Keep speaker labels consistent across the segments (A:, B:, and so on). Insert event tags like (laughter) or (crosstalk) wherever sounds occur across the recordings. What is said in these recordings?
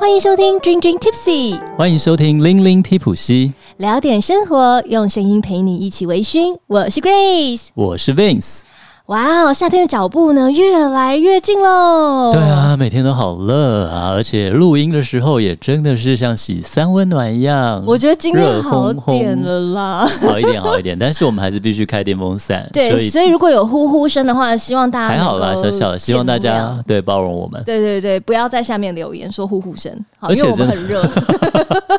A: 欢迎收听《君君 Tipsy》，
B: 欢迎收听《零零提普西》，
A: 聊点生活，用声音陪你一起微醺。我是 Grace，
B: 我是 Vince。
A: 哇哦，夏天的脚步呢越来越近喽！
B: 对，啊，每天都好热啊，而且录音的时候也真的是像洗三温暖一样。
A: 我觉得今天
B: 热
A: 好
B: 烘烘
A: 点了啦。
B: (laughs) 好一点，好一点，但是我们还是必须开电风扇。所
A: 对，
B: 以
A: 所以如果有呼呼声的话，希望大家
B: 还好啦，
A: 能
B: 小
A: 够
B: 小的，希望大
A: 见谅
B: 家对包容我们。
A: 对对对，不要在下面留言说呼呼声，好，
B: 而
A: 因
B: 且
A: 为我们
B: 真的
A: 很热。
B: (laughs)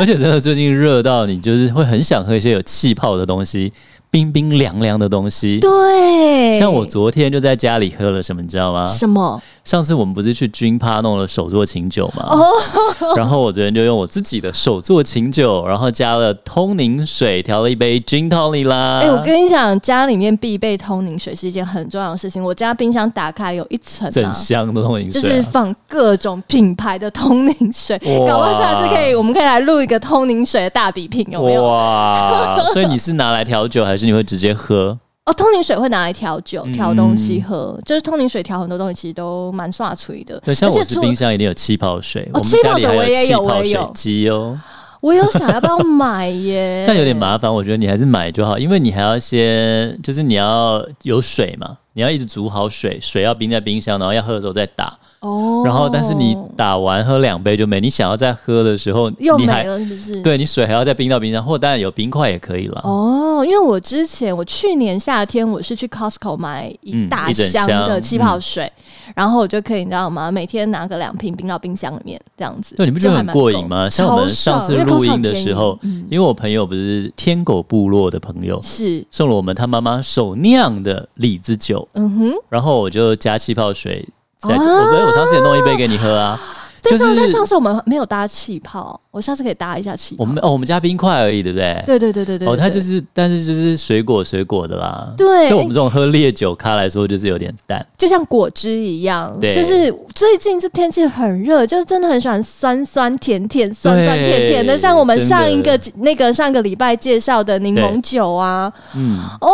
B: 而且真的最近热到你，就是会很想喝一些有气泡的东西，冰冰凉凉的东西。
A: 对，
B: 像我昨啊天就在家里喝了什么，你知道吗？
A: 什么？
B: 上次我们不是去军趴弄了手作琴酒吗？
A: 哦
B: (laughs) 然后我昨天就用我自己的手作琴酒，然后加了通宁水，调了一杯 gin tonic 啦。
A: 哎、我跟你讲，家里面必备通灵水是一件很重要的事情。我家冰箱打开有一层、
B: 整
A: 啊，
B: 箱的通宁
A: 就
B: 水、
A: 是
B: 啊，
A: 放各种品牌的通灵水。
B: 哇
A: 搞不好下次可以，我们可以来录一个通灵水的大比拼，有没有？ (laughs)
B: 哇！所以你是拿来调酒，还是你会直接喝？
A: 哦，通灵水会拿来调酒、
B: 嗯
A: 调东西喝，就是通灵水调很多东西，其实都蛮刷锤的。
B: 对，像
A: 而且
B: 我是
A: 除
B: 冰箱一定有气泡水，
A: 哦
B: 我们家里还
A: 气泡
B: 气
A: 水我
B: 泡
A: 也有我也
B: 水
A: 有
B: 机哦。
A: 我有想要不要买耶？
B: (laughs) 但有点麻烦，我觉得你还是买就好，因为你还要先，就是你要有水嘛，你要一直煮好水，水要冰在冰箱，然后要喝的时候再打。
A: 哦。
B: 然后，但是你打完喝两杯就没，你想要再喝的时候，
A: 又
B: 你
A: 没
B: 还
A: 了，是不是？
B: 对你水还要再冰到冰箱，或当然有冰块也可以啦。
A: 哦，因为我之前我去年夏天我是去 Costco 买一
B: 嗯
A: 大
B: 一整
A: 箱
B: 箱嗯
A: 的气泡水，然后我就可以你知道吗？每天拿个两瓶冰到冰箱里面这样子。
B: 对，你不觉
A: 就
B: 得
A: 还
B: 很
A: 蛮够
B: 过瘾吗？
A: 的
B: 像我们
A: 超
B: 上
A: 爽
B: 次
A: 因为
B: 录
A: Costco
B: 音的
A: 便
B: 时
A: 宜嗯
B: 候，因为我朋友不是天狗部落的朋友，
A: 是
B: 送了我们他妈妈手酿的李子酒，
A: 嗯哼，
B: 然后我就加气泡水在，
A: 啊
B: 我我上次也弄一杯给你喝啊，就
A: 但是但
B: 是
A: 上次我们没有搭气泡，我下次可以搭一下气泡。
B: 我们哦我们加冰块而已，对不对？
A: 对对对对对，
B: 哦，
A: 对
B: 它
A: 对
B: 就是，但是就是水果水果的啦。
A: 对
B: 对我们这种喝烈酒咖来说，就是有点淡。
A: 就像果汁一样，
B: 对
A: 就是最近这天气很热，就是真的很喜欢酸酸甜甜、酸酸甜甜的，
B: 对
A: 像我们
B: 真的
A: 上一个那个上个礼拜介绍的柠檬酒啊，
B: 嗯，
A: 哦，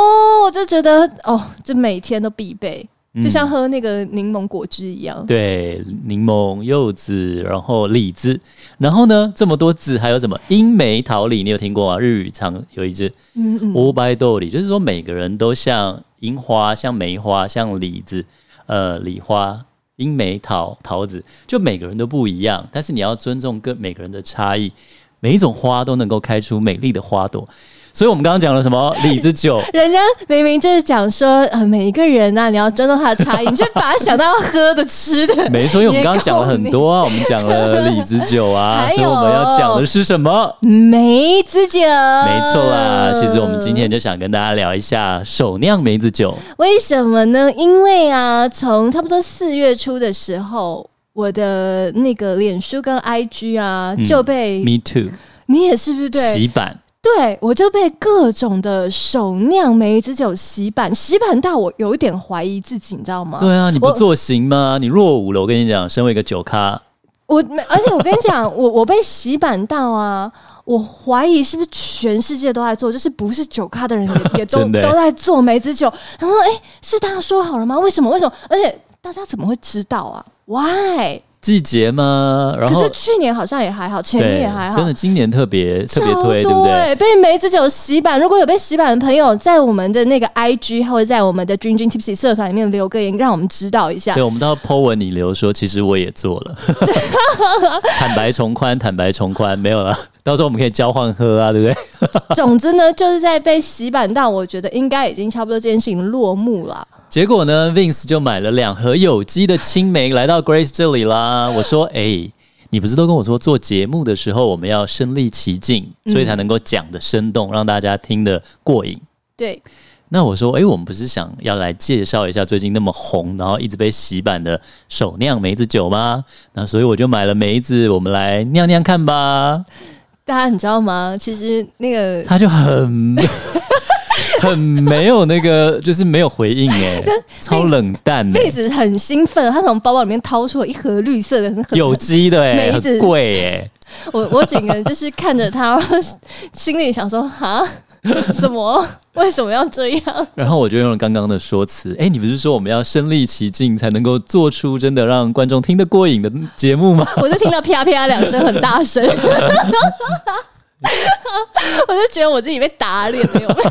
A: 我就觉得哦，这每天都必备，
B: 嗯
A: 就像喝那个柠檬果汁一 (laughs) 样。
B: 对，柠檬、柚子，然后李子，然后呢，这么多字，还有什么樱梅桃李，你有听过吗？日语常有一句
A: 嗯嗯，
B: “白豆李”，就是说每个人都像樱花、像梅花、像李子，呃，李花、樱梅桃、桃子，就每个人都不一样，但是你要尊重各每个人的差异，每一种花都能够开出美丽的花朵。所以我们刚刚讲了
A: (laughs)
B: 什么李子酒，
A: 人家明明就是讲说，呃，每一个人呐、你要尊重他的差异，你就把他想到喝的、吃的，
B: 没错，因为我们刚刚讲了很多啊，我们讲了李子酒啊
A: 还，
B: 所以我们要讲的是什么？
A: 梅子酒。
B: 没
A: 没
B: 错啦，其实我们今天就想跟大家聊一下手酿梅子酒。
A: 为什么呢？因为啊，从差不多四月初的时候，我的那个脸书跟 IG 啊、
B: 嗯
A: 就被
B: Me too，
A: 你也是不是对？
B: 洗版，
A: 对我就被各种的手酿梅子酒洗版，洗版到我有一点怀疑自己，你知道吗？
B: 对啊，你
A: 哦我
B: 不做行吗？你落伍了，我跟你讲，身为一个酒咖，
A: 我而且我跟你讲，我我被洗版到啊。我怀疑是不是全世界都在做，就是不是酒咖的人
B: (laughs)
A: 也也都
B: 真的欸
A: 都在做梅子酒。然后，哎、是大家说好了吗？为什么？为什么？而且大家怎么会知道啊？Why？
B: 季节吗？然
A: 可
B: 后
A: 是去年好像也还好，前年也
B: 对
A: 还，好，
B: 真的今年特别特别
A: 超
B: 推，对
A: 多
B: 不对？
A: 欸被梅子酒洗版，如果有被洗版的朋友，在我们的那个 IG 或者在我们的君君 Tipsy 社团里面留个言，让我们知道一下
B: 对，。我们到 Po 文你留说，其实我也做
A: (laughs)
B: 了，坦白从宽，坦白从宽，没有了。到时候我们可以交换喝啊，对不对？
A: 总之呢，就是在被洗版到，我觉得应该已经差不多这件事情落幕了。
B: 结果呢，Vince 就买了两盒有机的青梅来到 Grace 这里啦。我说：“哎、你不是都跟我说做节目的时候我们要身临其境，所以才能够讲的生动，让大家听得过瘾。”
A: 对，
B: 那我说：“哎、我们不是想要来介绍一下最近那么红，然后一直被洗版的手酿梅子酒吗？那所以我就买了梅子，我们来酿酿看吧。”
A: 大家你知道吗？其实那个
B: 他就很 (laughs) 很没有那个，就是没有回应哎、超冷淡哎、
A: 妹子很兴奋，她从包包里面掏出了一盒绿色的，很
B: 有机的哎、
A: 梅子 (laughs)
B: 很贵哎、
A: 我我整个人就是看着她，心里想说哈，什么？为什么要这样？
B: 然后我就用了刚刚的说辞，哎，你不是说我们要身临其境才能够做出真的让观众听得过瘾的节
A: (laughs)
B: 目吗？
A: 我就听到啪啪两声很大声， (laughs) 我就觉得我自己被打脸了，有没有？他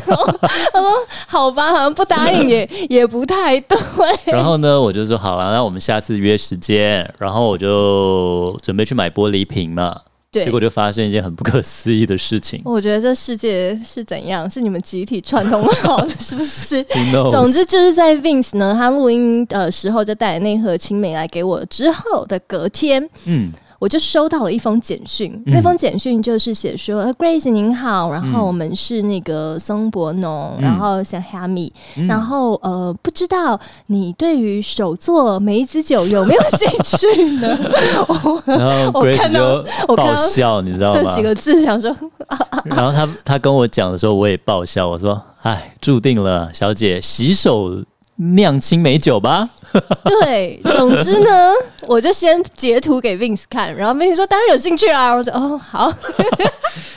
A: 说好吧，好像不答应也也不太对。
B: 然后呢，我就说好了，那我们下次约时间。然后我就准备去买玻璃瓶嘛，
A: 对哦
B: 结，果就发生一件很不可思议的事情。
A: 我觉得这世界是怎样？是你们集体串通好的，是不是？
B: (laughs) Who knows？
A: 总之就是在 Vince 呢，他录音的时候就带了那盒青梅来给我，之后的隔天， (laughs)
B: 嗯，
A: 我就收到了一封简讯，
B: 嗯
A: 那封简讯就是写说、呃、Grace 您好，然后我们是那个松柏农，
B: 嗯
A: 然后想哈米，
B: 嗯
A: 然后呃，不知道你对于手作梅子酒有没有兴趣
B: (laughs)
A: 呢？
B: 然后
A: 我
B: Grace
A: 看到
B: 就
A: 我看
B: 爆
A: 到
B: 笑，你知道
A: 这
B: 吗
A: 几？个字想说，
B: 然后他他跟我讲的时候，我也爆笑，我说：“哎，注定了，小姐，洗手酿青梅酒吧。
A: (laughs) 对，总之呢，我就先截图给 Vince 看，然后 Vince 说当然有兴趣啊，我说哦好，”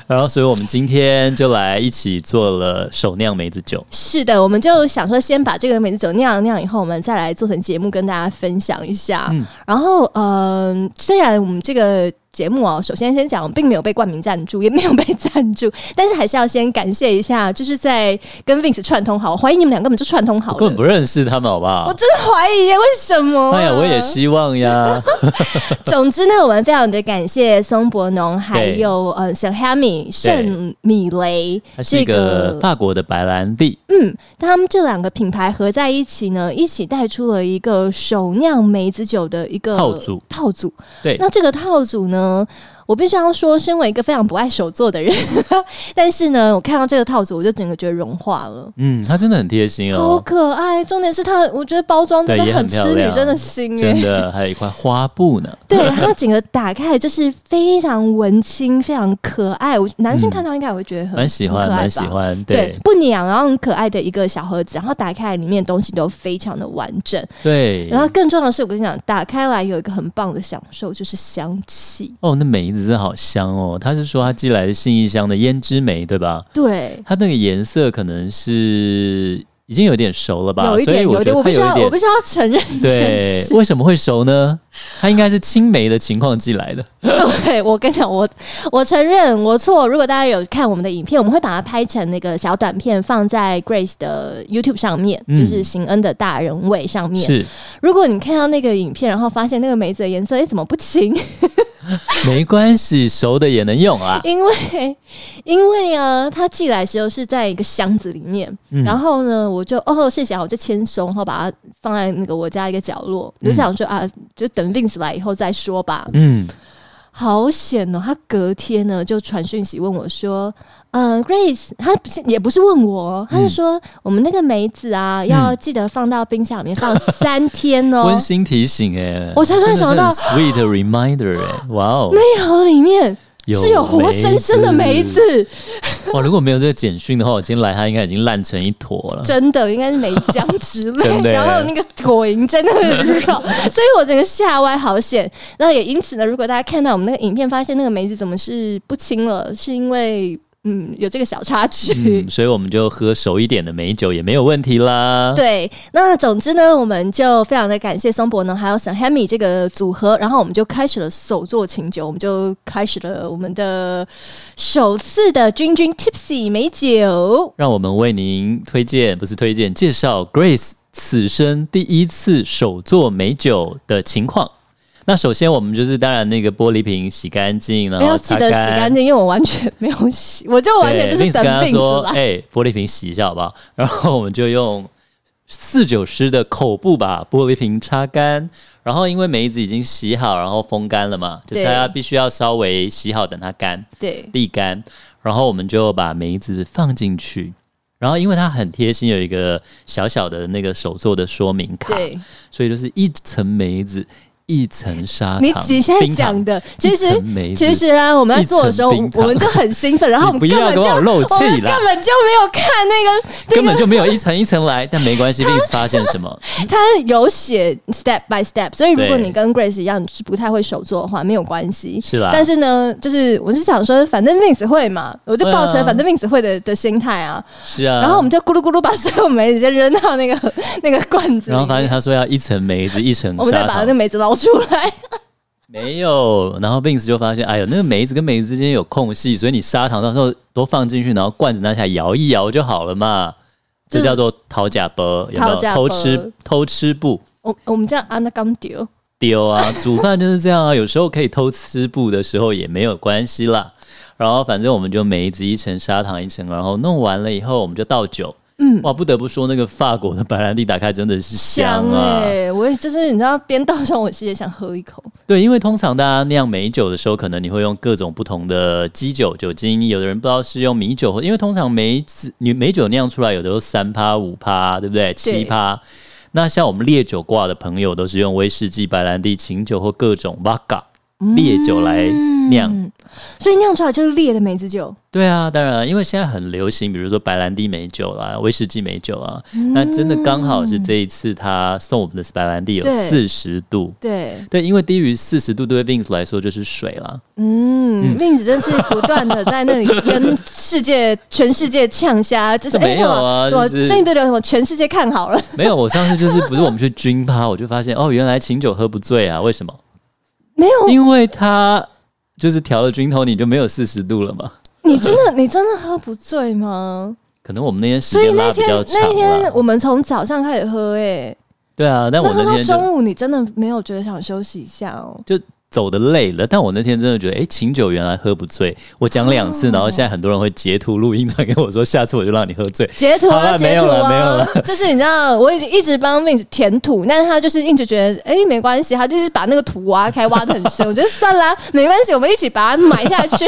B: 然后，所以我们今天就来一起做了手酿梅子酒。
A: 是的，我们就想说先把这个梅子酒酿了酿以后，我们再来做成节目跟大家分享一下。
B: 嗯
A: 然后，嗯、虽然我们这个节目哦，首先先讲，我们并没有被冠名赞助，也没有被赞助，但是还是要先感谢一下，就是在跟 Vince 串通好，我怀疑你们俩根本就串通好
B: 我根
A: 的
B: 本。不认识他们，好不
A: 我
B: 好？
A: 真的 (laughs) 怀疑耶，为什么、
B: 哎呀，我也。希
A: (laughs)
B: 望呀。 (laughs)
A: 总之呢，我们非常的感谢松柏农，还
B: 对
A: 有呃小哈米圣米雷
B: 它是一个法国的白兰地，
A: 他们这两个品牌合在一起呢，一起带出了一个手酿梅子酒的一个
B: 套组
A: 套组，
B: 对
A: 那这个套组呢，我必须要说，身为一个非常不爱手作的人， (laughs) 但是呢，我看到这个套组，我就整个觉得融化了。
B: 嗯，它真的很贴心
A: 好
B: 哦，
A: 可爱，重点是它，我觉得包装真的
B: 对也很
A: 吃
B: 漂
A: 女
B: 亮
A: 生的心哎、
B: 真的，还有一块花布呢。
A: 对，它整个打开来就是非常文青，非常可爱。我男生
B: 嗯
A: 看到应该也会觉得很
B: 蛮喜
A: 很
B: 欢，
A: 可爱
B: 蛮
A: 吧
B: 喜欢，
A: 对
B: 对，
A: 不娘，然后很可爱的一个小盒子，然后打开来里面的东西都非常的完整，
B: 对
A: 然。后更重要的是，我跟你讲，打开来有一个很棒的享受，就是香气。
B: 哦，那梅子真的好香哦！他是说他寄来的信义乡的胭脂梅，对吧？
A: 对，
B: 它那个颜色可能是已经有点熟了吧，
A: 有一
B: 所以
A: 点，
B: 我
A: 有一
B: 觉
A: 点，
B: 得
A: 我
B: 它
A: 必须
B: 有一
A: 要，我必
B: 点。
A: 须要承认这件
B: (laughs) 对，
A: 事。
B: 为什么会熟呢？它应该是青梅的情况寄来的。
A: (laughs) 对，我跟你讲，我我承认我错。如果大家有看我们的影片，我们会把它拍成那个小短片，放在 Grace 的 YouTube 上面，
B: 嗯
A: 就是邢恩的大人味上面。
B: 是，
A: 如果你看到那个影片，然后发现那个梅子的颜色，哎，怎么不青？
B: 没关系，熟的也能用
A: (laughs)
B: 啊。
A: 因为因为啊，他寄来的时候是在一个箱子里面，
B: 嗯
A: 然后呢，我就哦谢谢啊，我就签收，然后把它放在那个我家一个角落，我就想说啊，就等 Vince 来以后再说吧。
B: 嗯，
A: 好险哦，他隔天呢就传讯息问我说，呃，Grace，他不是也不是问我
B: 嗯
A: 哦，他就说、我们那个梅子啊，要记得放到冰箱里面放三天哦
B: (laughs) 温，馨提醒哎、
A: 我才突然想到
B: 真的是很 sweet reminder 哎、哇哦，
A: 那盒里面是有活生生的梅
B: 子。
A: 子，
B: 哇，如果没有这个简讯的话，我今天来它应该已经烂成一坨了。
A: 真的应该是梅浆之类
B: (laughs) 真，的耶
A: 然后那个果蝇在那里
B: (laughs)
A: 绕，所以我整个吓歪，好险。那也因此呢，如果大家看到我们那个影片，发现那个梅子怎么是不青了，是因为嗯有这个小插曲。
B: 嗯，所以我们就喝熟一点的美酒也没有问题啦。
A: 对，那总之呢，我们就非常的感谢松柏呢，还有 Sam Hammy 这个组合，然后我们就开始了手作情酒，我们就开始了我们的首次的君君 Tipsy 美酒。
B: 让我们为您推荐，不是推荐，介绍 Grace 此生第一次手做美酒的情况。那首先，我们就是当然那个玻璃瓶洗干净，然
A: 要
B: 后
A: 哎记
B: 擦
A: 得洗干
B: 干。
A: 净，因为我完全没有洗，我就完全
B: 对，
A: 就
B: Vince
A: 是等
B: 跟他
A: 病
B: 说
A: 死：“来
B: 哎、。玻璃瓶洗一下好不好？”然后我们就用四九师的口部把玻璃瓶擦干。然后因为梅子已经洗好，然后风干了嘛，就是
A: 对
B: 它必须要稍微洗好，等它干。
A: 对，
B: 沥干，然后我们就把梅子放进去。然后，因为它很贴心，有一个小小的那个手做的说明卡，哎
A: 对，
B: 所以就是一层梅子，一层砂糖。
A: 你只现在
B: 冰糖
A: 讲啊的，其
B: 一
A: 实
B: 层梅子
A: 其实啊，我们在做的时候，
B: 一层冰糖
A: 我们就很兴奋，然后我们
B: 你不
A: 根
B: 要
A: 本就
B: 给我露
A: 我
B: 气
A: 们
B: 啦
A: 根本就没有看那个
B: 根本就没有一层一层来，但没关系，Vince 发现什么？
A: 它有写 step by step，所以如果
B: 对
A: 你跟 Grace 一样你是不太会手做的话，没有关系。
B: 是啦
A: 但是呢，就是我是想说，反正 Vince 会嘛，我就
B: 对啊
A: 抱持反正 Vince 会的的心态啊。
B: 是
A: (laughs)
B: 啊，
A: 然后我们就咕噜咕噜把所有梅子就扔到那个 (laughs) 那个罐子里面，
B: 然后发现他说要一层梅子，一层
A: 我们再
B: 砂
A: 把
B: 糖
A: 那个，梅子捞出来。 (laughs)
B: 没有。然后 Vince 就发现，哎呦，那个梅子跟梅子之间有空隙，所以你砂糖到时候多放进去，然后罐子拿起来摇一摇就好了嘛。
A: 就
B: 这叫做讨假包，
A: 嗯
B: 有没
A: 讨
B: 有？
A: 假
B: 偷
A: 包
B: 吃偷吃不
A: 我我们这样啊，那刚丢。
B: 丢
A: (laughs)
B: 啊！煮饭就是这样啊，有时候可以偷吃布的时候也没有关系啦。然后反正我们就梅子一层，砂糖一层，然后弄完了以后，我们就倒酒。
A: 嗯，
B: 哇，不得不说那个法国的白兰地打开真的是香啊！
A: 哎、我也就是你知道，边倒上我其实也想喝一口。
B: 对，因为通常大家酿美酒的时候，可能你会用各种不同的基酒酒精，有的人不知道是用米酒，因为通常梅子你美酒酿出来有的都三趴五趴，对不对？七趴。那像我们烈酒挂的朋友，都是用威士忌、白兰地、琴酒或各种 v o d a 烈酒来酿。
A: 嗯，所以酿出来就是烈的梅子酒。
B: 对啊，当然啊，因为现在很流行，比如说白兰地美酒啦、威士忌美酒啊，那真的刚好是这一次他送我们的白兰地有
A: 对
B: 四十度。
A: 对，
B: 对，因为低于四十度对 Vince 来说就是水啦。
A: 嗯，令子真是不断的在那里跟世界、全世界呛虾，就是
B: 没有啊
A: 哎什么
B: 就是
A: 这一辈的什么全世界看好 (laughs)
B: (laughs)
A: 了，
B: 没有，我上次就是不是我们去军趴，我就发现哦，原来琴酒喝不醉啊？为什么？
A: 没有，
B: 因为它就是调了军头，你就没有四十度了嘛。
A: 你真的你真的喝不醉吗？
B: 可能我们那天时
A: 所以
B: 间
A: 那
B: 拉比
A: 天
B: 较长
A: 那天
B: 了，
A: 我们从早上开始喝、哎，
B: 对啊，但
A: 那
B: 我
A: 喝
B: 那
A: 到
B: 天就
A: 中午，你真的没有觉得想休息一下哦？
B: 就走的累了，但我那天真的觉得，哎、琴酒原来喝不醉。我讲两
A: 哦
B: 次，然后现在很多人会截图录音传给我说，下次我就让你喝
A: (laughs)
B: 醉。
A: 截图
B: 好
A: 啊，
B: 了
A: 截
B: 没有
A: 图
B: 了没有
A: 啊
B: 了，
A: 就是你知道，我已经一直帮 Vince 填土，但是他就是一直觉得，哎、没关系，他就是把那个土挖开，挖的很深。我觉得算了，没关系，我们一起把它埋下去。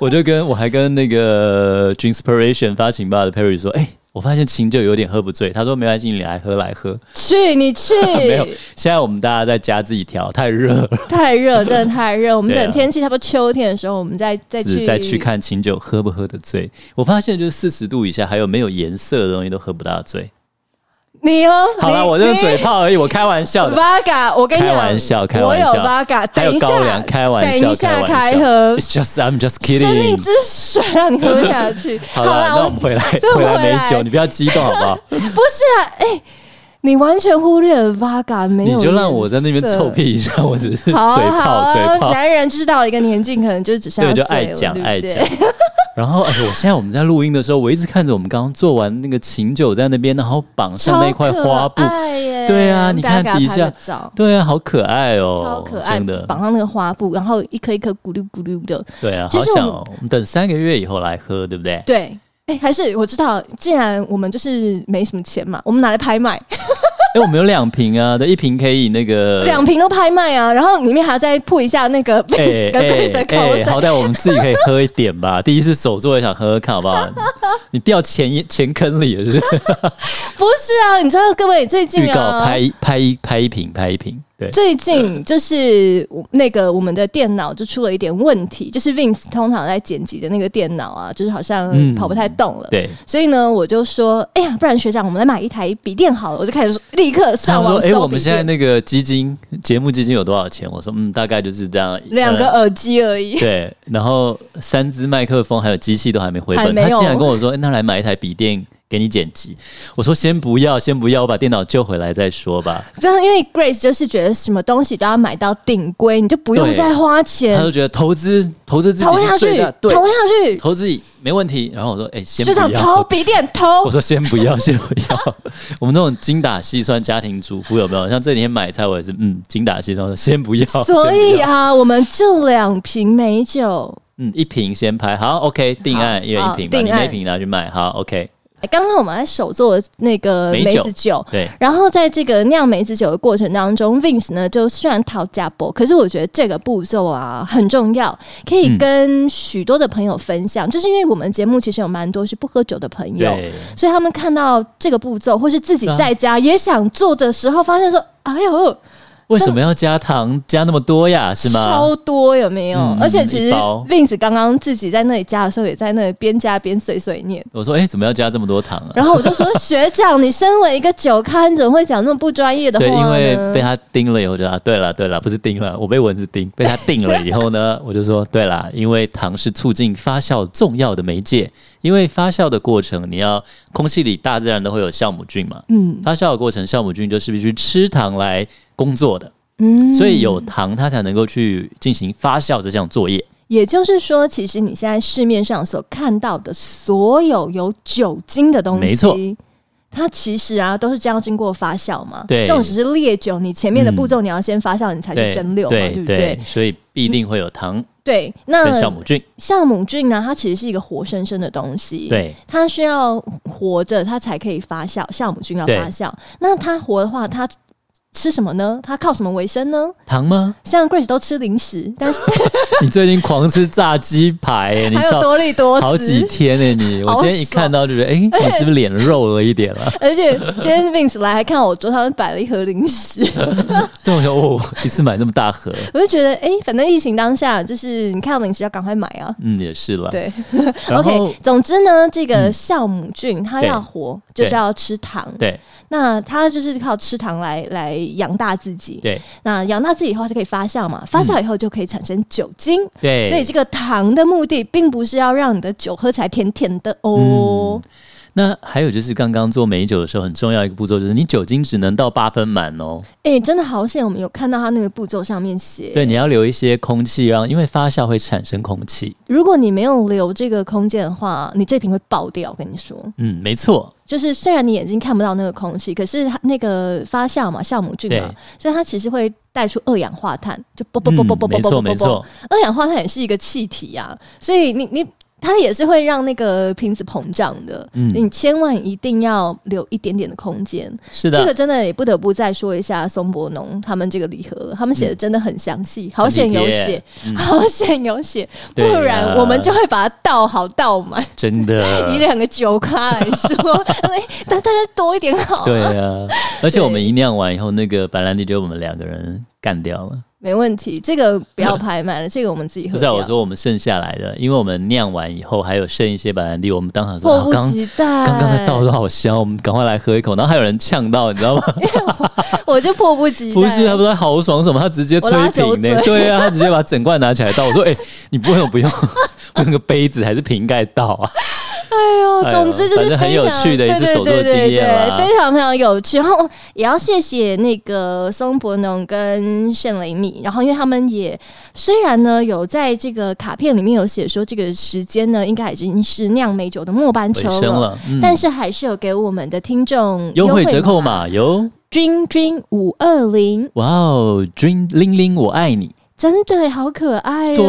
B: 我就跟我还跟那个 Inspiration 发情吧的 Perry 说，哎、我发现琴酒有点喝不醉，他说没关系，你来喝来喝。
A: 去，你去，
B: (laughs) 没有，现在我们大家在家自己调，太热了。
A: 太热，真的太热。我们
B: 对啊
A: 等天气差不多秋天的时候，我们再再
B: 是
A: 去
B: 再去。看琴酒喝不喝得醉。我发现就是四十度以下，还有没有颜色的东西都喝不大醉。
A: 你哦，
B: 好啦，
A: 你
B: 我这是嘴。炮而已，我开玩笑的。
A: Vaga，我跟你讲，
B: 开玩笑开玩笑
A: 我有 Vaga，
B: 还
A: 等
B: 有
A: 一下
B: 高粱，，开玩笑，
A: 等一下
B: 开玩笑
A: 开喝
B: It's just I'm just
A: 生命
B: kidding。
A: 之水让你喝下去。
B: (laughs) 好
A: 啦
B: 啦，那我
A: 我
B: 们回来
A: 这
B: 回来
A: 回来
B: 美酒，你不要激动好不好？
A: (laughs) 不是啊，哎、你完全忽略了 Vaga，没有，
B: 你就让我在那边臭。屁一下，我只是嘴
A: 好啊好
B: 炮嘴
A: 啊，
B: 炮。
A: 男人就是到了一个年纪，可能就只剩
B: 对，
A: 下
B: 就
A: 嘴
B: 爱
A: 了
B: 讲
A: 对不
B: 爱
A: 对
B: 讲。然后，哎，我现在我们在录音的时候，我一直看着我们刚刚做完那个琴酒在那边，然后绑上那块花布
A: 超，可爱耶
B: 对啊你看
A: 大家给他
B: 底下
A: 拍个照
B: 对啊，好可爱
A: 超
B: 哦，
A: 可爱，
B: 真的，
A: 绑上那个花布，然后一颗一颗咕噜咕噜的。
B: 对啊，
A: 其
B: 好
A: 实
B: 想、
A: 我
B: 哦、我们等三个月以后来喝，对不对？
A: 对，哎、还是我知道，既然我们就是没什么钱嘛，我们拿来拍卖，
B: 哎，我们有两瓶啊，对，一瓶可以那个
A: 两瓶都拍卖啊，然后里面还要再铺一下那个 Vince 跟 Grace 的口水。
B: 哎好歹我们自己可以喝一点吧。第一次手做也想喝喝看，好
A: (laughs)
B: 不好？你掉钱一钱坑里了，是不是？
A: 不是啊，你知道各位最近
B: 预告
A: 啊
B: 拍。一拍一拍一瓶，拍一瓶，对。
A: 最近就是我那个我们的电脑就出了一点问题，就是 Vince 通常在剪辑的那个电脑啊，就是好像
B: 嗯
A: 跑不太动了。
B: 对，
A: 所以呢，我就说，哎呀，不然学长，我们来买一台笔电好了。我就开始说立刻
B: 他
A: 上
B: 们说
A: 网：“
B: 哎、
A: 搜
B: 我
A: 笔
B: 们现在
A: 电，
B: 那个基金节目基金有多少钱？”我说：“嗯，大概就是这样，
A: 两个
B: 呃
A: 耳机而 (laughs) 已。
B: 对，然后三支麦克风还有机器都还没回
A: 还
B: 本，
A: 没
B: 他
A: 有
B: 竟然跟我说、哎那来买一台笔电给你剪辑。”我说：“先不要，先不要，我把电脑救回来再说吧。
A: 真的，因为 Grace 就是觉得什么东西都要买到顶规，你就不用
B: 对
A: 再花”
B: 他
A: 钱
B: 就觉得投资投资自
A: 投
B: 己
A: 下
B: 是最
A: 去
B: 大，，对，
A: 投下去。
B: 投资己没问题。然后我说：“哎、先
A: 学长
B: 不
A: 投
B: 要。”
A: 笔电
B: 我
A: 投，
B: 说：“先不要，先不要。”我们那种精打细算家庭主妇有没有？像这几天买菜，我也是嗯精打细算，我说先不要。
A: 所
B: 先不
A: 以
B: 要
A: 啊，我们就两瓶美酒。
B: 嗯，一瓶先拍好，OK，定案，一人
A: 好
B: 一瓶吧，
A: 定
B: 你那
A: 案
B: 瓶拿去卖，好，OK，
A: 哎刚刚我们在手做的那个
B: 美
A: 梅
B: 酒
A: 子酒，
B: 对，
A: 然后在这个酿梅子酒的过程当中，Vince 呢就虽然讨价博，可是我觉得这个步骤啊很重要，可以
B: 嗯
A: 跟许多的朋友分享。就是因为我们节目其实有蛮多是不喝酒的朋友，
B: 对，
A: 所以他们看到这个步骤，或是自己
B: 对啊
A: 在家也想做的时候，发现说：“哎呦，
B: 为什么要加糖加那么
A: (laughs)
B: 多呀？是吗？
A: 超多有没有？
B: 嗯
A: 而且其实
B: 一包
A: Vince 刚刚自己在那里加的时候，也在那里边加边碎碎
B: (laughs)
A: 念。
B: 我说，哎、怎么要加这么多糖啊？
A: 然后我就说：“学长，你身为一个酒咖，你怎么会讲那么不专业的话
B: 对，因为
A: 呢
B: 被他叮了以后就啊，对了对了，不是叮了，我被蚊子叮，被他叮了以后
A: (laughs)
B: 呢，我就说对啦，因为糖是促进发酵重要的媒介，因为发酵的过程，你要空气里大自然都会有酵母菌嘛，
A: 嗯
B: 发酵的过程酵母菌就是必须吃糖来工作的，
A: 嗯，
B: 所以有糖它才能够去进行发酵这项作业。
A: 也就是说，其实你现在市面上所看到的所有有酒精的东西，
B: 没错
A: 它其实啊都是这样经过发酵嘛。
B: 对
A: 这种只是烈酒，你前面的步骤你要先发酵，你才去蒸馏嘛，
B: 对
A: 不对？
B: 所以必定会有糖
A: 对，
B: 跟
A: 那
B: 酵母菌。
A: 酵母菌呢，它其实是一个活生生的东西，，
B: 对，
A: 它需要活着，它才可以发酵。酵母菌要
B: 对
A: 发酵，那它活的话，它吃什么呢？它靠什么为生呢？
B: 糖吗？
A: 像 Grace 都吃零食，但是
B: (laughs) 你最近狂吃炸鸡排、欸你
A: 还
B: 知
A: 有
B: 道
A: 多利多
B: 好
A: 滋
B: 几天呢、你我
A: 好
B: 今天一
A: 爽
B: 看到就觉得，哎、你是不是脸肉了一点啊
A: (laughs)
B: 了？
A: 而且今天 Vince 来还看我桌上摆了一盒零食，哎
B: 对，我想哦，一次买那么大盒，
A: 我就觉得哎、诶反正疫情当下，就是你看到零食要赶快买啊。
B: 嗯，也是了。
A: 对
B: 然后嗯
A: ，OK，总之呢，这个酵母菌它要活，
B: 对
A: 就是要吃糖。
B: 对
A: 那它就是靠吃糖来来养大自己。
B: 对嗯
A: 那养大自己以后，它就可以发酵嘛，发酵以后就可以产生酒精。
B: 对，
A: 所以这个糖的目的，并不是要让你的酒喝起来甜甜的
B: 嗯
A: 哦。
B: 那还有就是刚刚做美酒的时候，很重要一个步骤就是你酒精只能到八分满哦。
A: 哎、真的好险，我们有看到它那个步骤上面写，
B: 对，你要留一些空气让，因为发酵会产生空气。
A: 如果你没有留这个空间的话，你这瓶会爆掉。我跟你说，
B: 嗯，没错，
A: 就是虽然你眼睛看不到那个空气，可是它那个发酵嘛，酵母菌嘛
B: 对，
A: 所以它其实会带出二氧化碳，就啵啵
B: 嗯
A: 啵啵啵啵
B: 没
A: 啵啵啵
B: 错没
A: 啵
B: 错。，
A: 二氧化碳也是一个气体啊，所以你你。它也是会让那个瓶子膨胀的，
B: 嗯
A: 你千万一定要留一点点的空间。
B: 是
A: 这个
B: 的。
A: 真的也不得不再说一下松柏农他们这个礼盒了，他们写的真的很详
B: 嗯
A: 细，好险有写，好险有写，不
B: 对啊
A: 然我们就会把它倒好倒满。
B: 真的
A: (laughs) 以，两个酒咖来说，哎，大大家多一点好、啊，
B: 对啊，而且我们一酿完以后，那个白兰地就我们两个人干掉了。
A: 没问题，这个不要拍卖了，这个我们自己喝
B: 不是、啊，
A: 掉。
B: 我说我们剩下来的，因为我们酿完以后还有剩一些白兰地，我们当场说
A: 迫
B: 啊，
A: 不
B: 刚
A: 及待，
B: 刚刚才倒的好香，我们赶快来喝一口。然后还有人呛到，你知
A: (laughs)
B: 道吗？
A: 啊我就迫不及待。
B: 不是，他不是好爽什么，他直接吹
A: 我拉酒
B: 瓶呢、
A: 醉
B: 对啊，他直接把整罐拿起来倒。我说，哎、你不用不用， (laughs) 用个杯子还是瓶盖倒
A: (laughs)
B: 啊？
A: 哎呦，
B: 哎呦
A: 总之就是
B: 反正很
A: 非
B: 有
A: 常
B: 趣的一次手作经验啊啦
A: 非常非常有趣。然后也要谢谢那个松柏农跟圣雷米，然后因为他们也虽然呢有在这个卡片里面有写说这个时间呢应该已经是酿美酒的末班
B: 尾
A: 车
B: 声了，嗯，
A: 但是还是有给我们的听众
B: 优惠折扣，码有，
A: 君君五二零，
B: 哇哦，Dream 玲玲我爱你，
A: 真的好可爱、哦。
B: 对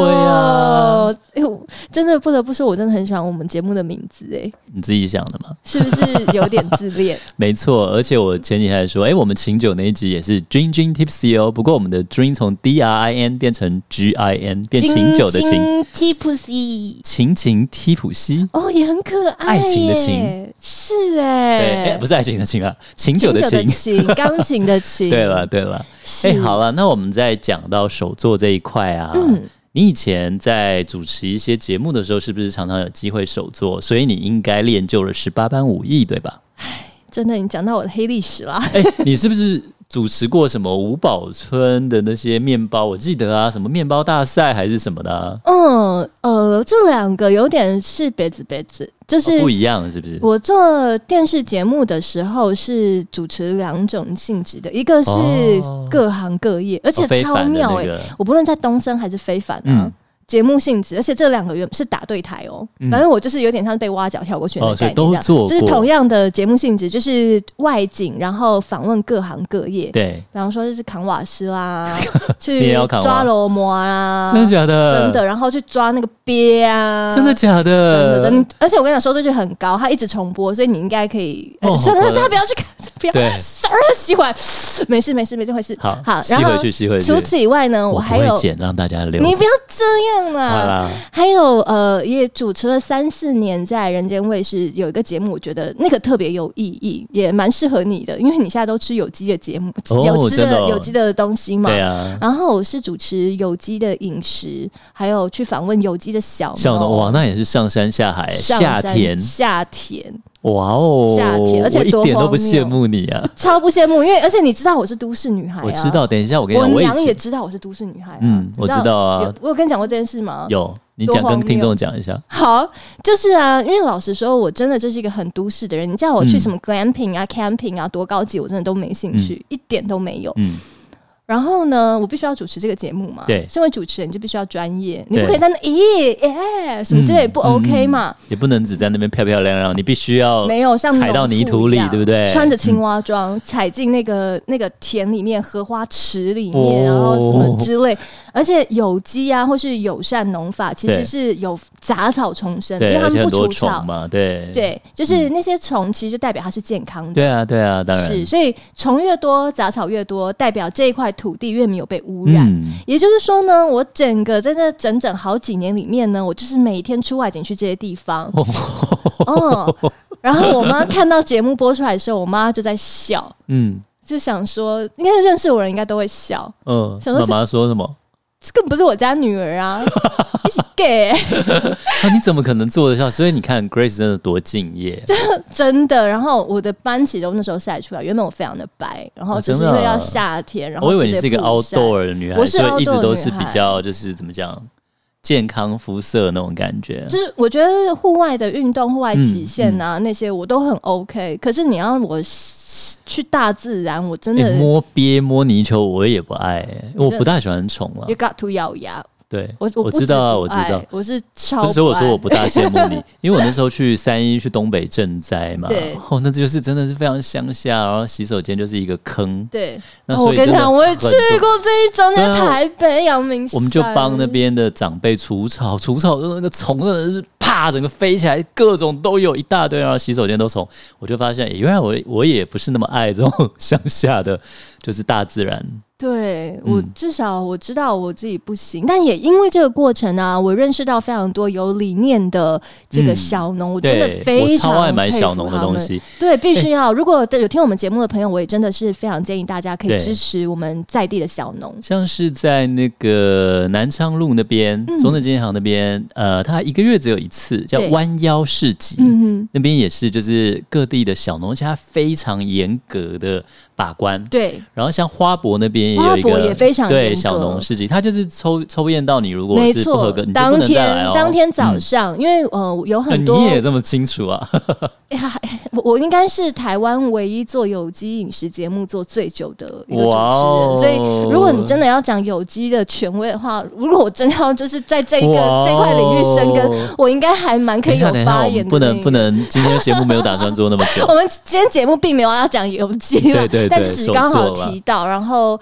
B: 啊
A: 哎呦，真的不得不说，我真的很喜欢我们节目的名字，哎，
B: 你自己想的嘛？
A: 是不是有点自恋？
B: 没错，而且我前几天还说，哎、我们琴酒那一集也是 Dream Dream Tipsy 哦，不过我们的 Dream 从 D R I N 变成 G I N，变琴酒的琴，
A: t i p s y
B: 琴琴踢普西。
A: 哦，也很可爱耶，
B: 爱情的情
A: 是
B: 对，
A: 哎、
B: 哎、不是爱情的情啊，琴酒
A: 琴
B: 的
A: 酒的
B: 琴。
A: 琴，
B: (laughs)
A: 钢琴的琴，
B: 对了，，对了，
A: 是、
B: 哎、好了，那我们在讲到手作这一块啊，
A: 嗯
B: 你以前在主持一些节目的时候，是不是常常有机会手作？所以你应该练就了十八般武艺，对吧？
A: 真的，你讲到我的黑历史啦，
B: 哎、 (laughs) 你是不是主持过什么五宝村的那些面包？我记得啊，什么面包大赛还是什么的啊、
A: 嗯，呃，这两个有点是别子别子，就是、
B: 哦不一样，是不是？
A: 我做电视节目的时候是主持两种性质的，一个是
B: 哦
A: 各行各业，而且
B: 哦非
A: 超
B: 凡的
A: 妙哎、
B: 那个，
A: 我不论在东森还是非凡啊
B: 嗯，
A: 节、目性质，而且这两个原是打对台哦、
B: 嗯
A: 反正我就是有点像是被挖角跳过去的
B: 哦，
A: 概
B: 所以
A: 念这
B: 都
A: 样。
B: 做过，
A: 就是同样的节目性质，就是外景，然后访问各行各业，比
B: 对，
A: 方说就是扛瓦斯啦，
B: (laughs) 你
A: 去
B: 也要扛瓦
A: 抓螺模啊，
B: 真的假的？
A: 真的，然后去抓那个鳖啊，
B: 真的假
A: 真的
B: 的？
A: 真的，而且我跟你讲，收视率很高，它一直重播，所以你应该可以。呃
B: 哦
A: 算了，
B: 好的
A: 大家不要去看， (laughs) 不要
B: 对，
A: 少让它吸回来。没事没事没这回事。
B: 好，
A: 好，
B: 吸
A: 然
B: 回
A: 后
B: 去，吸回去
A: 除。此以外呢，
B: 我不
A: 还
B: 会
A: 有，
B: 剪，让大家留着。
A: 你不要这样样
B: 好
A: 啦。
B: 啦，
A: 还有呃，也主持了三四年，在人间卫视有一个节目，我觉得那个特别有意义，也蛮适合你的，因为你现在都吃有机的节目，
B: 哦
A: 有吃
B: 真的哦
A: 有机的东西嘛。
B: 对啊，
A: 然后我是主持有机的饮食，还有去访问有机的小
B: 像
A: 农
B: 哇，那也是上山下海，
A: 哦上
B: 夏
A: 山
B: 天，
A: 夏天
B: 哇哦，
A: 夏天而且
B: 我一
A: 多
B: 点都不
A: 荒
B: 羡
A: 谬
B: 慕你啊！
A: 超不羡慕，因为而且你知道我是都市女孩、啊，
B: 我知道，等一下我跟你
A: 我
B: 讲，我以
A: 娘也
B: 前
A: 知道我是都市女孩、啊，你
B: 嗯，我知道啊
A: 有，我有跟你讲过这件事吗？
B: 有你
A: 多
B: 讲跟
A: 荒
B: 听
A: 谬
B: 众讲一下，
A: 好，就是啊，因为老实说，我真的就是一个很都市的人。你叫我去
B: 嗯
A: 什么 glamping 啊、camping 啊，多高级，我真的都没兴趣，一点都没有。
B: 嗯，
A: 然后呢，我必须要主持这个节目嘛，
B: 对
A: 身为主持人你就必须要专业，你不
B: 对
A: 可以在那咦耶什么之类不
B: 嗯嗯
A: OK 嘛。
B: 也不能只在那边漂漂亮亮，你必须要
A: 没有像
B: 踩到
A: 农妇
B: 泥土里
A: 一样
B: 对不对嗯
A: 穿着青蛙装，踩进那个那个田里面、荷花池里面，
B: 哦
A: 然后什么之类。而且有机啊，或是友善农法，其实
B: 对
A: 是有杂草丛生，因
B: 对，
A: 为他
B: 而且
A: 们不
B: 很
A: 除
B: 多虫
A: 草。
B: 嘛，对，嗯
A: 对，就是那些虫，其实就代表它是健康的。
B: 对啊，对啊，当然
A: 是，所以虫越多，杂草越多，代表这一块土地越没有被污染。
B: 嗯，
A: 也就是说呢，我整个在这整整好几年里面呢，我就是每天出外景去这些地方。
B: 哦
A: 嗯，然后我妈看到节目播出来的时候，我妈就在笑，
B: 嗯
A: 就想说，应该认识我的人应该都会笑，
B: 嗯，
A: 想说
B: 妈
A: 是
B: 妈说什么？ (laughs)
A: 这根本不是我家女儿啊，你是 gay，欸
B: 啊，你怎么可能做得下？所以你看 Grace 真的多敬业，
A: 真的。然后我的斑其实都那时候晒出来，原本我非常的白，然后
B: 哦
A: 就是
B: 真
A: 因
B: 的啊
A: 为要夏天，然后
B: 我以为你
A: 直接
B: 是一个
A: 曝晒
B: outdoor 的女孩，
A: 我是
B: 所以一直
A: outdoor
B: 都是
A: 女
B: 比
A: 孩
B: 较就是怎么讲健康肤色那种感觉。
A: 就是我觉得户外的运动、户外极限
B: 嗯
A: 啊、那些我都很 OK，可是你要我去大自然，我真的
B: 欸摸鳖、摸泥鳅，我也不爱、欸，我
A: 这
B: 不大喜欢虫啊
A: you。got to 咬牙，
B: 对，
A: 我我不
B: 知道啊，我
A: 止
B: 知
A: 不爱
B: 道。
A: 我是超
B: 不是，所以我说我
A: 爱
B: 不大羡慕
A: (laughs)
B: 你，因为我那时候去三一去东北赈灾嘛
A: 对，
B: 哦，那就是真的是非常乡下，然后洗手间就是一个坑。
A: 对。
B: 那
A: 哦我
B: 所以真
A: 跟你
B: 的
A: 讲，我也去
B: 很多
A: 过这一种，
B: 对
A: 在
B: 啊
A: 台北阳明山，
B: 我们就帮那边的长辈除草，除草的那个虫真的是啪，整个飞起来，各种都有一大堆，然后洗手间都虫。我就发现，诶原来我我也不是那么爱这种 (laughs) 乡下的，就是大自然。
A: 对我
B: 嗯
A: 至少我知道我自己不行，但也因为这个过程啊，我认识到非常多有理念的这个
B: 嗯
A: 小农，我真的
B: 对，
A: 非
B: 我
A: 常
B: 超爱买
A: 佩
B: 小
A: 服
B: 农的
A: 他
B: 东
A: 们
B: 西。
A: 对，
B: (laughs)
A: 必须要。如果有听我们节目的朋友，我也真的是非常建议大家可以
B: 对
A: 支持我们在地的小农。
B: 像是在那个南昌路那边，
A: 嗯
B: 中正纪念堂那边，呃，它一个月只有一次，叫
A: 对
B: 弯腰市集。
A: 嗯哼，
B: 那边也是，就是各地的小农家非常严格的把关，
A: 对，
B: 然后像花博那边也有一
A: 花博
B: 个
A: 也非常严
B: 对
A: 格
B: 小农市集，他就是抽抽验到你如果
A: 没
B: 是不
A: 错
B: 合格，你。就不
A: 当
B: 能再来
A: 天
B: 哦。
A: 当天早
B: 嗯
A: 上，因为呃有
B: 啊
A: 很多
B: 你，也这么清楚啊？
A: 哎呀 (laughs) 我我应该是台湾唯一做有机饮食节目做最久的一个主持人，
B: 哇哦
A: 所以如果你真的要讲有机的权威的话，如果我真的要就是在这一个这块领域生根，
B: 根。
A: 我应该还蛮可
B: 等一
A: 以有
B: 下，哦 (laughs) 等一下，
A: 发
B: 我
A: 言
B: 们
A: 的。。
B: 不能不。能，今天节目没有打算做那么久
A: 我们今天节目并没有要讲游记啦，
B: 对对对
A: 但只是刚好
B: 手作啦
A: 提到，然后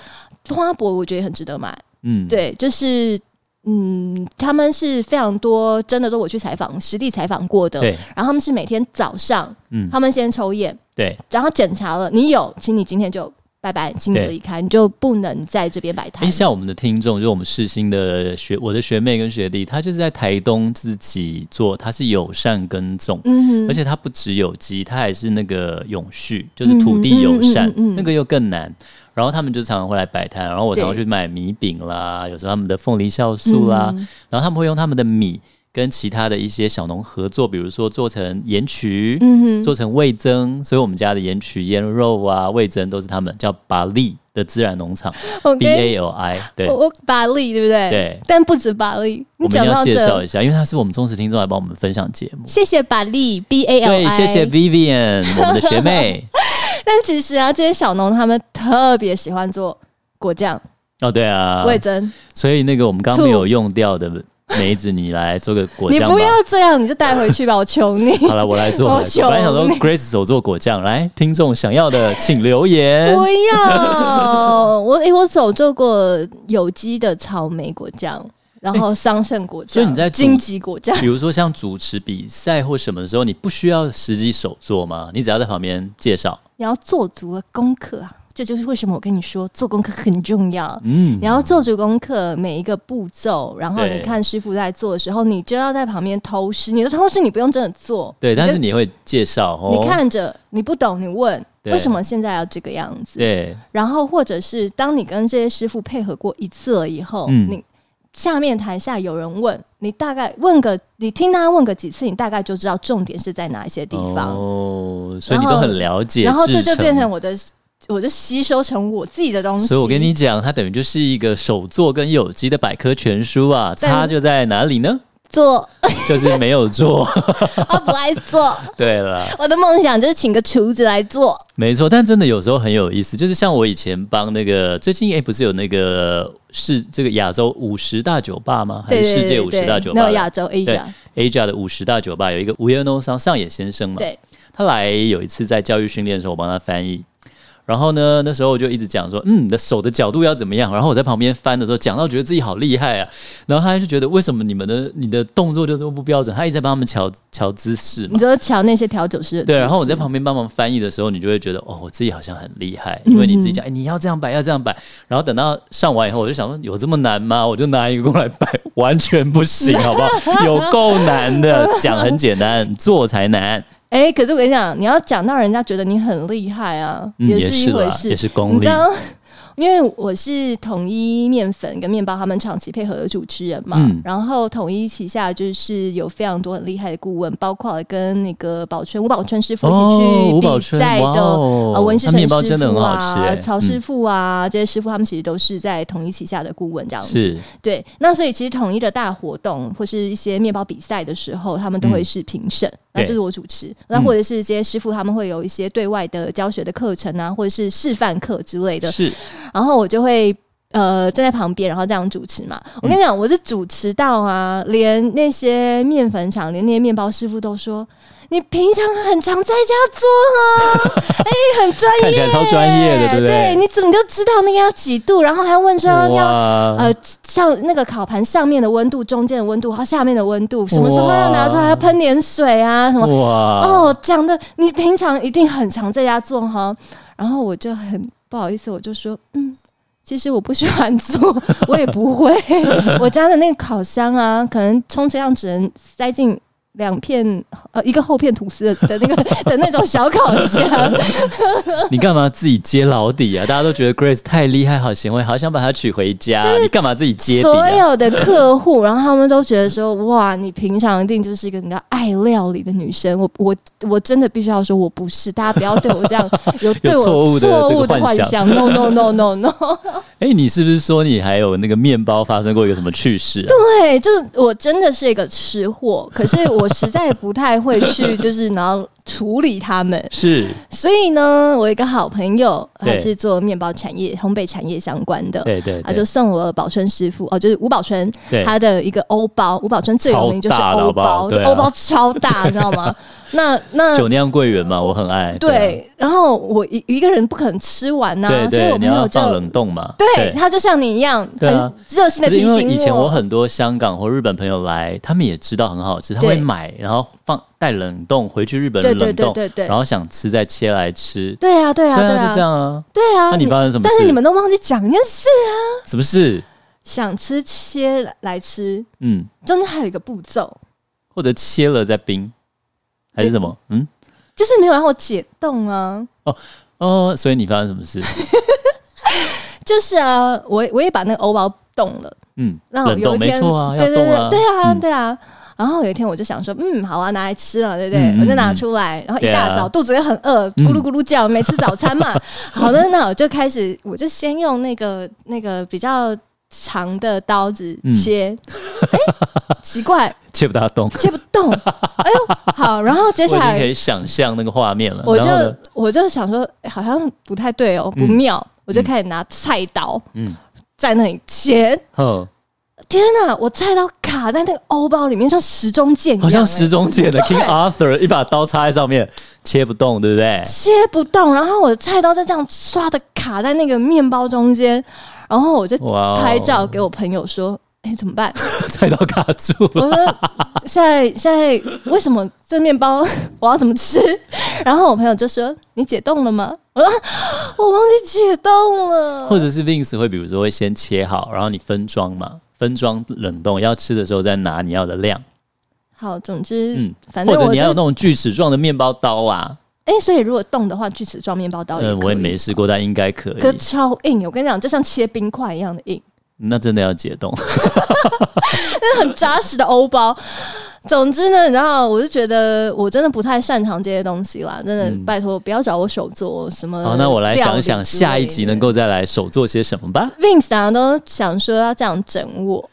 A: 花博我觉得也很值得买，
B: 嗯，，
A: 对，就是。嗯，他们是非常多，真的都我去采访，实地采访过的。
B: 对
A: 然后他们是每天早上，
B: 嗯
A: 他们先抽验，
B: 对，
A: 然后检查了，你有，请你今天就拜拜，请你
B: 对
A: 离开，你就不能在这边摆摊
B: 哎，。像我们的听众，就我们世新的学，我的学妹跟学弟，他就是在台东自己做，他是友善耕种，
A: 嗯
B: 而
A: 哼，
B: 且它不只有机，它还是那个永续，就是土地友善，
A: 嗯嗯嗯嗯嗯
B: 那个又更难。然后他们就常常会来摆摊，然后我常常
A: 对
B: 去买米饼啦，有时候他们的凤梨酵素啦，
A: 嗯
B: 然后他们会用他们的米跟其他的一些小农合作，比如说做成盐曲，
A: 嗯哼，
B: 做成味增，所以我们家的盐曲、腌肉啊、味增都是他们叫巴利的自然农场
A: 我
B: B
A: 跟
B: A L I，对
A: 我我把力，对不对？。
B: 对。
A: 但不止把力，
B: 我
A: 哦你
B: 们一定
A: 讲
B: 要
A: 到
B: 介绍
A: 这
B: 一，下，因为他是我们忠实听众来帮我们分享节目。
A: 谢谢把力 B A L
B: 对，
A: I，
B: 谢谢 Vivian，我们的学
A: (laughs)
B: 妹。
A: 但其实啊，这些小农他们特别喜欢做果酱、
B: 哦，对啊，
A: 味增。
B: 所以那个我们刚
A: 醋
B: 刚没有用掉的梅子，你来做个果
A: 你
B: 酱吧。
A: 不要这样，你就带回去
B: (laughs)
A: 吧，我求你。
B: 好了，我来做。
A: 我
B: 我来
A: (laughs)
B: 做
A: 求
B: 本来想说
A: 你
B: Grace 手做果酱，来，听众想要的请留
A: (laughs)
B: 言。
A: 不要，我诶，我手做过有机的草莓果酱，然后桑葚果酱，
B: 所以你在煮
A: 荆棘果酱，
B: 比如说像主持比赛或什么的时候，你不需要实际手做吗？你只要在旁边介绍。
A: 你要做足了功课啊，这就是为什么我跟你说做功课很重要。
B: 嗯
A: 你，要做足功课，每一个步骤，然后
B: 对
A: 你看师傅在做的时候，你就要在旁边偷师。你的偷师你不用真的做，
B: 对，但
A: 就是
B: 你会介绍哦，
A: 你，看着，你不懂，你问
B: 对
A: 为什么现在要这个样子。
B: 对，
A: 然后或者是当你跟这些师傅配合过一次了以后，
B: 嗯
A: 你下面台下有人问你，大概问个你听他问个几次，你大概就知道重点是在哪一些地方。
B: 哦，所以
A: 然
B: 你
A: 后
B: 都很了解，
A: 然后这
B: 制
A: 就
B: 成
A: 变成我的，我就吸收成我自己的东西。
B: 所以我跟你讲，它等于就是一个手作跟有机的百科全书啊，
A: 但
B: 差就在哪里
A: (laughs)
B: 呢？
A: 做，
B: 就是没
A: (laughs)
B: 有做。
A: 他不爱做。
B: 对了，
A: 我的梦想就是请个厨子来做。
B: 没错，但真的有时候很有意思，就是像我以前帮那个最近哎、诶不是有那个是这个亚洲五十大酒吧吗？还
A: 对
B: 是
A: 对
B: 世界
A: 对
B: 五十大酒
A: 对
B: 吧
A: 那
B: 的？
A: 亚洲 Asia，
B: Asia 的五十大酒吧有一个吴彦东上上野先生嘛，
A: 对，
B: 他来有一次在教育训练的时候，我帮他翻译。然后呢，那时候我就一直讲说，嗯，你的手的角度要怎么样？然后我在旁边翻的时候，讲到觉得自己好厉害啊。然后他就觉得为什么你们的你的动作就这么不标准？他一直在帮他们调调姿势嘛
A: 你。就瞧那些调酒师的姿势。
B: 对，然后我在旁边帮忙翻译的时候，你就会觉得哦，我自己好像很厉害，
A: 嗯
B: 因为你自己讲，哎、你要这样摆，要这样摆。然后等到上完以后，我就想说，有这么难吗？我就拿一个过来摆，完全不
A: (laughs)
B: 行，好不好？有够难的，讲很简单，做才难。
A: 哎、可是我跟你讲，你要讲到人家觉得你很厉害啊，
B: 嗯，也
A: 是一
B: 是
A: 回
B: 啦，
A: 事。
B: 也是功
A: 你知
B: 力。
A: 道，因为我是统一面粉跟面包他们长期配合的主持人嘛，
B: 嗯
A: 然后统一旗下就是有非常多很厉害的顾问，包括跟那个宝春吴宝春师傅一
B: 哦，吴
A: 起
B: 宝
A: 去比
B: 春，
A: 赛
B: 哇
A: 的、
B: 哦，
A: 啊，文世
B: 他
A: 成
B: 面包
A: 师
B: 真的
A: 傅
B: 很好
A: 啊、
B: 吃、哎
A: 曹
B: 嗯
A: 师傅啊，这些师傅他们其实都是在统一旗下的顾问这样子。
B: 是
A: 对，那所以其实统一的大活动或是一些面包比赛的时候，他们都会是评审，那、
B: 嗯对嗯
A: 就是我主持。那或者是一些师傅，他们会有一些对外的教学的课程啊，或者是示范课之类的。
B: 是，
A: 然后我就会呃站在旁边，然后这样主持嘛。我跟
B: 嗯
A: 你讲，我是主持到啊，连那些面粉厂，连那些面包师傅都说。你平常很常在家做啊，哎、很专业，
B: 看起来超专业的 (laughs) 对不对
A: 对？你怎么就知道那个要几度？然后还问说要
B: 哇，
A: 呃，像那个烤盘上面的温度、中间的温度和下面的温度，什么时候要拿出来？
B: 哇
A: 要喷点水啊，什么？
B: 哇，
A: 哦，讲的你平常一定很常在家做哈。然后我就很不好意思，我就说，嗯，其实我不喜欢做， (laughs) 我也不
B: (laughs)
A: 会。我家的那个烤箱啊，可能充其量只能塞进。两片呃，一个厚片吐司的的那个的那种小烤箱，
B: 你干嘛自己揭老底啊？大家都觉得 Grace 太厉害，好行为，好想把她娶回家，你干嘛自己揭底
A: 所
B: 啊？
A: 有的客户，然后他们都觉得说：“哇，你平常一定就是一个你知道爱料理的女生。我”我我真的必须要说，我不是，大家不要对我这
B: (laughs)
A: 样有对我
B: 错
A: 错
B: 误的这个
A: 误的
B: 幻
A: 幻想。No no no no no！ (laughs)
B: 哎、你是不是说你还有那个面包发生过一个什么趣事、啊？
A: 对，就是我真的是一个吃货，可是我实在不太会去，就是然后处理他们。
B: 是，
A: 所以呢，我有一个好朋友，他
B: 对
A: 是做面包产业、烘焙产业相关的。
B: 对对
A: 啊他就
B: 对，
A: 送我宝春师傅哦，就是吴宝春
B: 对
A: 他的一个欧包，吴宝春最有名就是
B: 超大的
A: 欧
B: 好不好
A: 包，
B: 对啊
A: 欧包超大，你知道
B: (laughs)
A: 吗？那那
B: 酒酿桂圆嘛，我很爱。
A: 对，然后我一一个人不可能吃完呐、
B: 啊啊
A: 所
B: 对
A: 以我
B: 对，你
A: 朋
B: 要
A: 友
B: 放
A: 就
B: 冷冻嘛。
A: 对他就像你一样，
B: 对啊
A: 很热心的
B: 可是
A: 提
B: 因为以
A: 醒
B: 前我很多香港或日本朋友来，他们也知道很好吃，他
A: 对
B: 会买，然后放带冷冻回去日本
A: 对对
B: 冷
A: 对
B: 冻，
A: 对对
B: 然，后想吃再切来吃。
A: 对啊对啊
B: 对
A: 对
B: 啊，就这
A: 啊
B: 样啊。
A: 对啊，
B: 那你发生什么事？
A: 但是你们都忘记讲一件事，
B: 什么事？
A: 想吃切来来吃，
B: 嗯，
A: 中间还有一个步骤，
B: 或者切了再冰，还是什么？嗯，
A: 就是没有让我解冻啊。
B: 哦，所以你发生什
A: (laughs)
B: 么事？
A: 就是啊，我我也把那个欧包冻了。
B: 嗯，
A: 那我有
B: 冷
A: 一
B: 冻没
A: 天，
B: 错啊，要
A: 对对
B: 冻啊，
A: 对对啊，
B: 嗯
A: 对啊。然后有一天我就想说，嗯，好啊，拿来吃了，对不对？
B: 嗯嗯
A: 我就拿出来，然后一
B: 对啊嗯
A: 大早、肚子又很饿，咕噜咕噜叫，没吃早餐嘛。好的，那我就开始，我就先用那个那个比较长的刀子
B: 嗯
A: 切，哎、奇怪，
B: 切不大冻。
A: 切不动。哎呦，好，然后接
B: 我已
A: 下
B: 经可
A: 来
B: 以想象那个画面了。
A: 我
B: 然
A: 就
B: 后呢，
A: 我就想说，哎好像不太对哦，不
B: 嗯
A: 妙，我就开始拿菜刀
B: 嗯，
A: 在那里切，
B: 哦，
A: 天呐，我菜刀卡在那个欧包里面，像时钟剑一样、
B: 好像
A: 欸
B: 时钟剑的 King Arthur 一把刀插在上面，切不动，对不对？
A: 切不动，然后我的菜刀就这样唰的卡在那个面包中间，然后我就
B: 哇哦
A: 拍照给我朋友说：“哎、怎么办？
B: (laughs) 菜刀卡住 (laughs) 了。
A: 我说现在现在为什么这面包我要怎么吃？然后我朋友就说你解冻了吗？我说啊我忘记解冻了。
B: 或者是 Vince 会比如说会先切好，然后你分装嘛，分装冷冻，要吃的时候再拿你要的量，
A: 好，总之，
B: 嗯，
A: 反
B: 或
A: 正
B: 者
A: 我
B: 你
A: 就
B: 要有那种锯齿状的面包刀啊，
A: 哎、所以如果冻的话，锯齿状面包哦刀也可以、
B: 嗯，我也没试过，但应该可
A: 可
B: 以。
A: 超硬，我跟你讲，就像切冰块一样的硬，
B: 那真的要解冻，
A: 很扎实的欧包。总之呢，你知道，我就觉得我真的不太擅长这些东西啦，真的，拜托不要找我手做什么。
B: 嗯好，那我来想想下一集能。够再来手做些什么吧，
A: Vince 常常都想说要这样整我，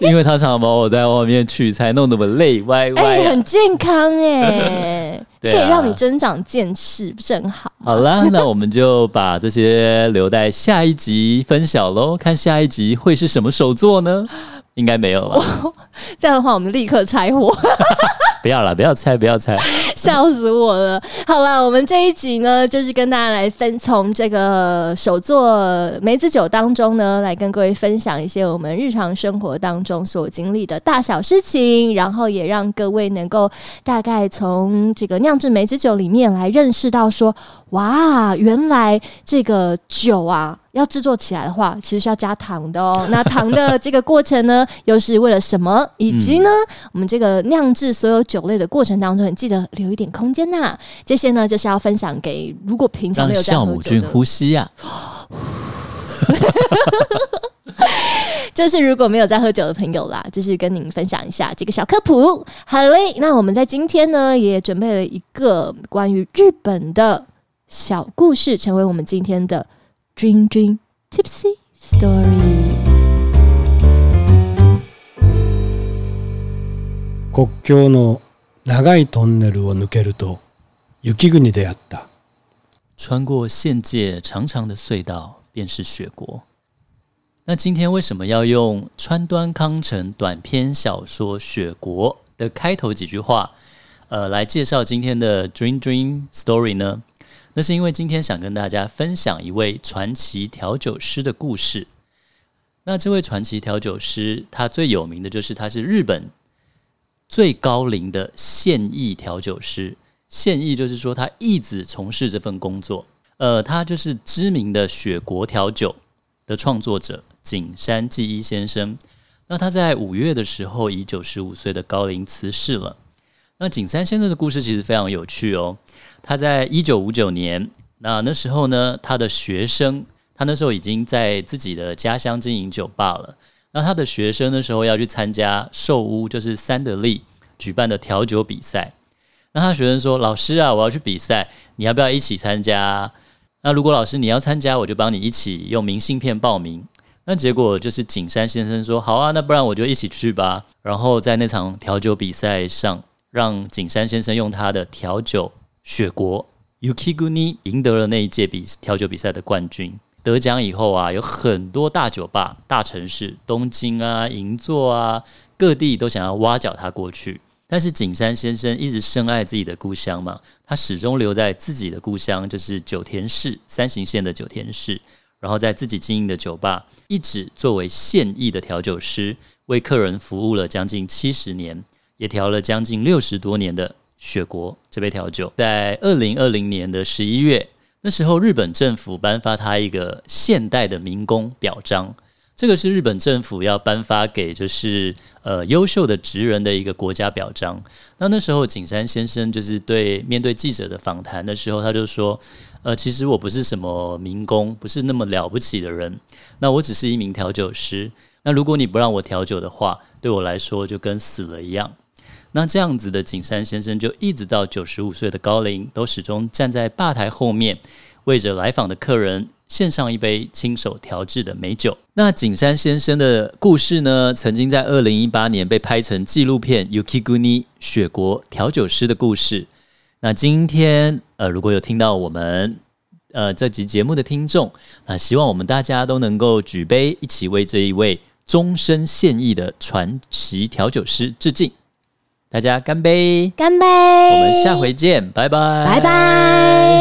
B: 因为他常常把我在外面取材弄得我累歪
A: 哎、
B: 歪啊。
A: 很健康哎、可
B: (laughs) 对啊
A: 以让你增长见识，不是很好？
B: 好啦，那我们就把这些留在下一集分享喽，看下一集会是什么手作呢？应该没有了，
A: (laughs) 这样的话，我们立刻拆伙。
B: 不要啦，不要猜，不要猜。
A: (laughs) 笑死我了！好了，我们这一集呢，就是跟大家来分从这个手作梅子酒当中呢，来跟各位分享一些我们日常生活当中所经历的大小事情，然后也让各位能够大概从这个酿制梅子酒里面来认识到说，哇，原来这个酒啊。要制作起来的话，其实是要加糖的
B: (laughs)
A: 哦。那糖的这个过程呢，又是为了什么？以及呢，
B: 嗯
A: 我们这个酿制所有酒类的过程当中，你记得留一点空间呐、这些呢，就是要分享给如果平常
B: 让
A: 没有在
B: 酵
A: 喝
B: 母
A: 酒
B: 菌
A: 的，
B: 呼吸啊呀、
A: 就是如果没有在喝酒的朋友啦，就是跟您分享一下这个小科普。好嘞，那我们在今天呢，也准备了一个关于日本的小故事，成为我们今天的 Dream Dream Tipsy Story。
C: 国境の長いトンネルを抜けると雪国であった
B: 穿过县界长长的隧道，便是雪国。那今天为什么要用川端康成短篇小说《雪国》的开头几句话，呃，来介绍今天的 Dream Dream Story 呢？那是因为今天想跟大家分享一位传奇调酒师的故事。那这位传奇调酒师，他最有名的就是他是日本最高龄的现役调酒师，现役就是说他一直从事这份工作。呃，他就是知名的雪国调酒的创作者景山纪一先生。那他在五月的时候以九十五岁的高龄辞世了。那景山先生的故事其实非常有趣哦。他在一九五九年，那那时候呢，他的学生，他那时候已经在自己的家乡经营酒吧了。那他的学生那时候要去参加寿屋，就是三得利举办的调酒比赛。那他学生说：“老师啊，我要去比赛，你要不要一起参加啊？”那如果老师你要参加，我就帮你一起用明信片报名。那结果就是景山先生说：“好啊，那不然我就一起去吧。”然后在那场调酒比赛上，让景山先生用他的调酒雪国 Yukiguni 赢得了那一届比调酒比赛的冠军。得奖以后啊，有很多大酒吧、大城市，东京啊、银座啊，各地都想要挖角他过去。但是景山先生一直深爱自己的故乡嘛，他始终留在自己的故乡，就是九田市三行县的九田市，然后在自己经营的酒吧，一直作为现役的调酒师，为客人服务了将近七十年，也调了将近六十多年的雪国这杯调酒。在二零二零年的十一月，那时候日本政府颁发他一个现代的民工表彰，这个是日本政府要颁发给就是呃优秀的职人的一个国家表彰。那那时候景山先生就是对面对记者的访谈的时候，他就说，呃，其实我不是什么民工，不是那么了不起的人，那我只是一名调酒师。那如果你不让我调酒的话，对我来说就跟死了一样。那这样子的景山先生就一直到九十五岁的高龄，都始终站在吧台后面，为着来访的客人献上一杯亲手调制的美酒。那景山先生的故事呢，曾经在二零一八年被拍成纪录片《Yukiguni 雪国调酒师的故事》。那今天呃，如果有听到我们呃这集节目的听众，那希望我们大家都能够举杯，一起为这一位终身现役的传奇调酒师致敬。大家干杯！
A: 干杯！
B: 我们下回见，拜拜，
A: 拜拜。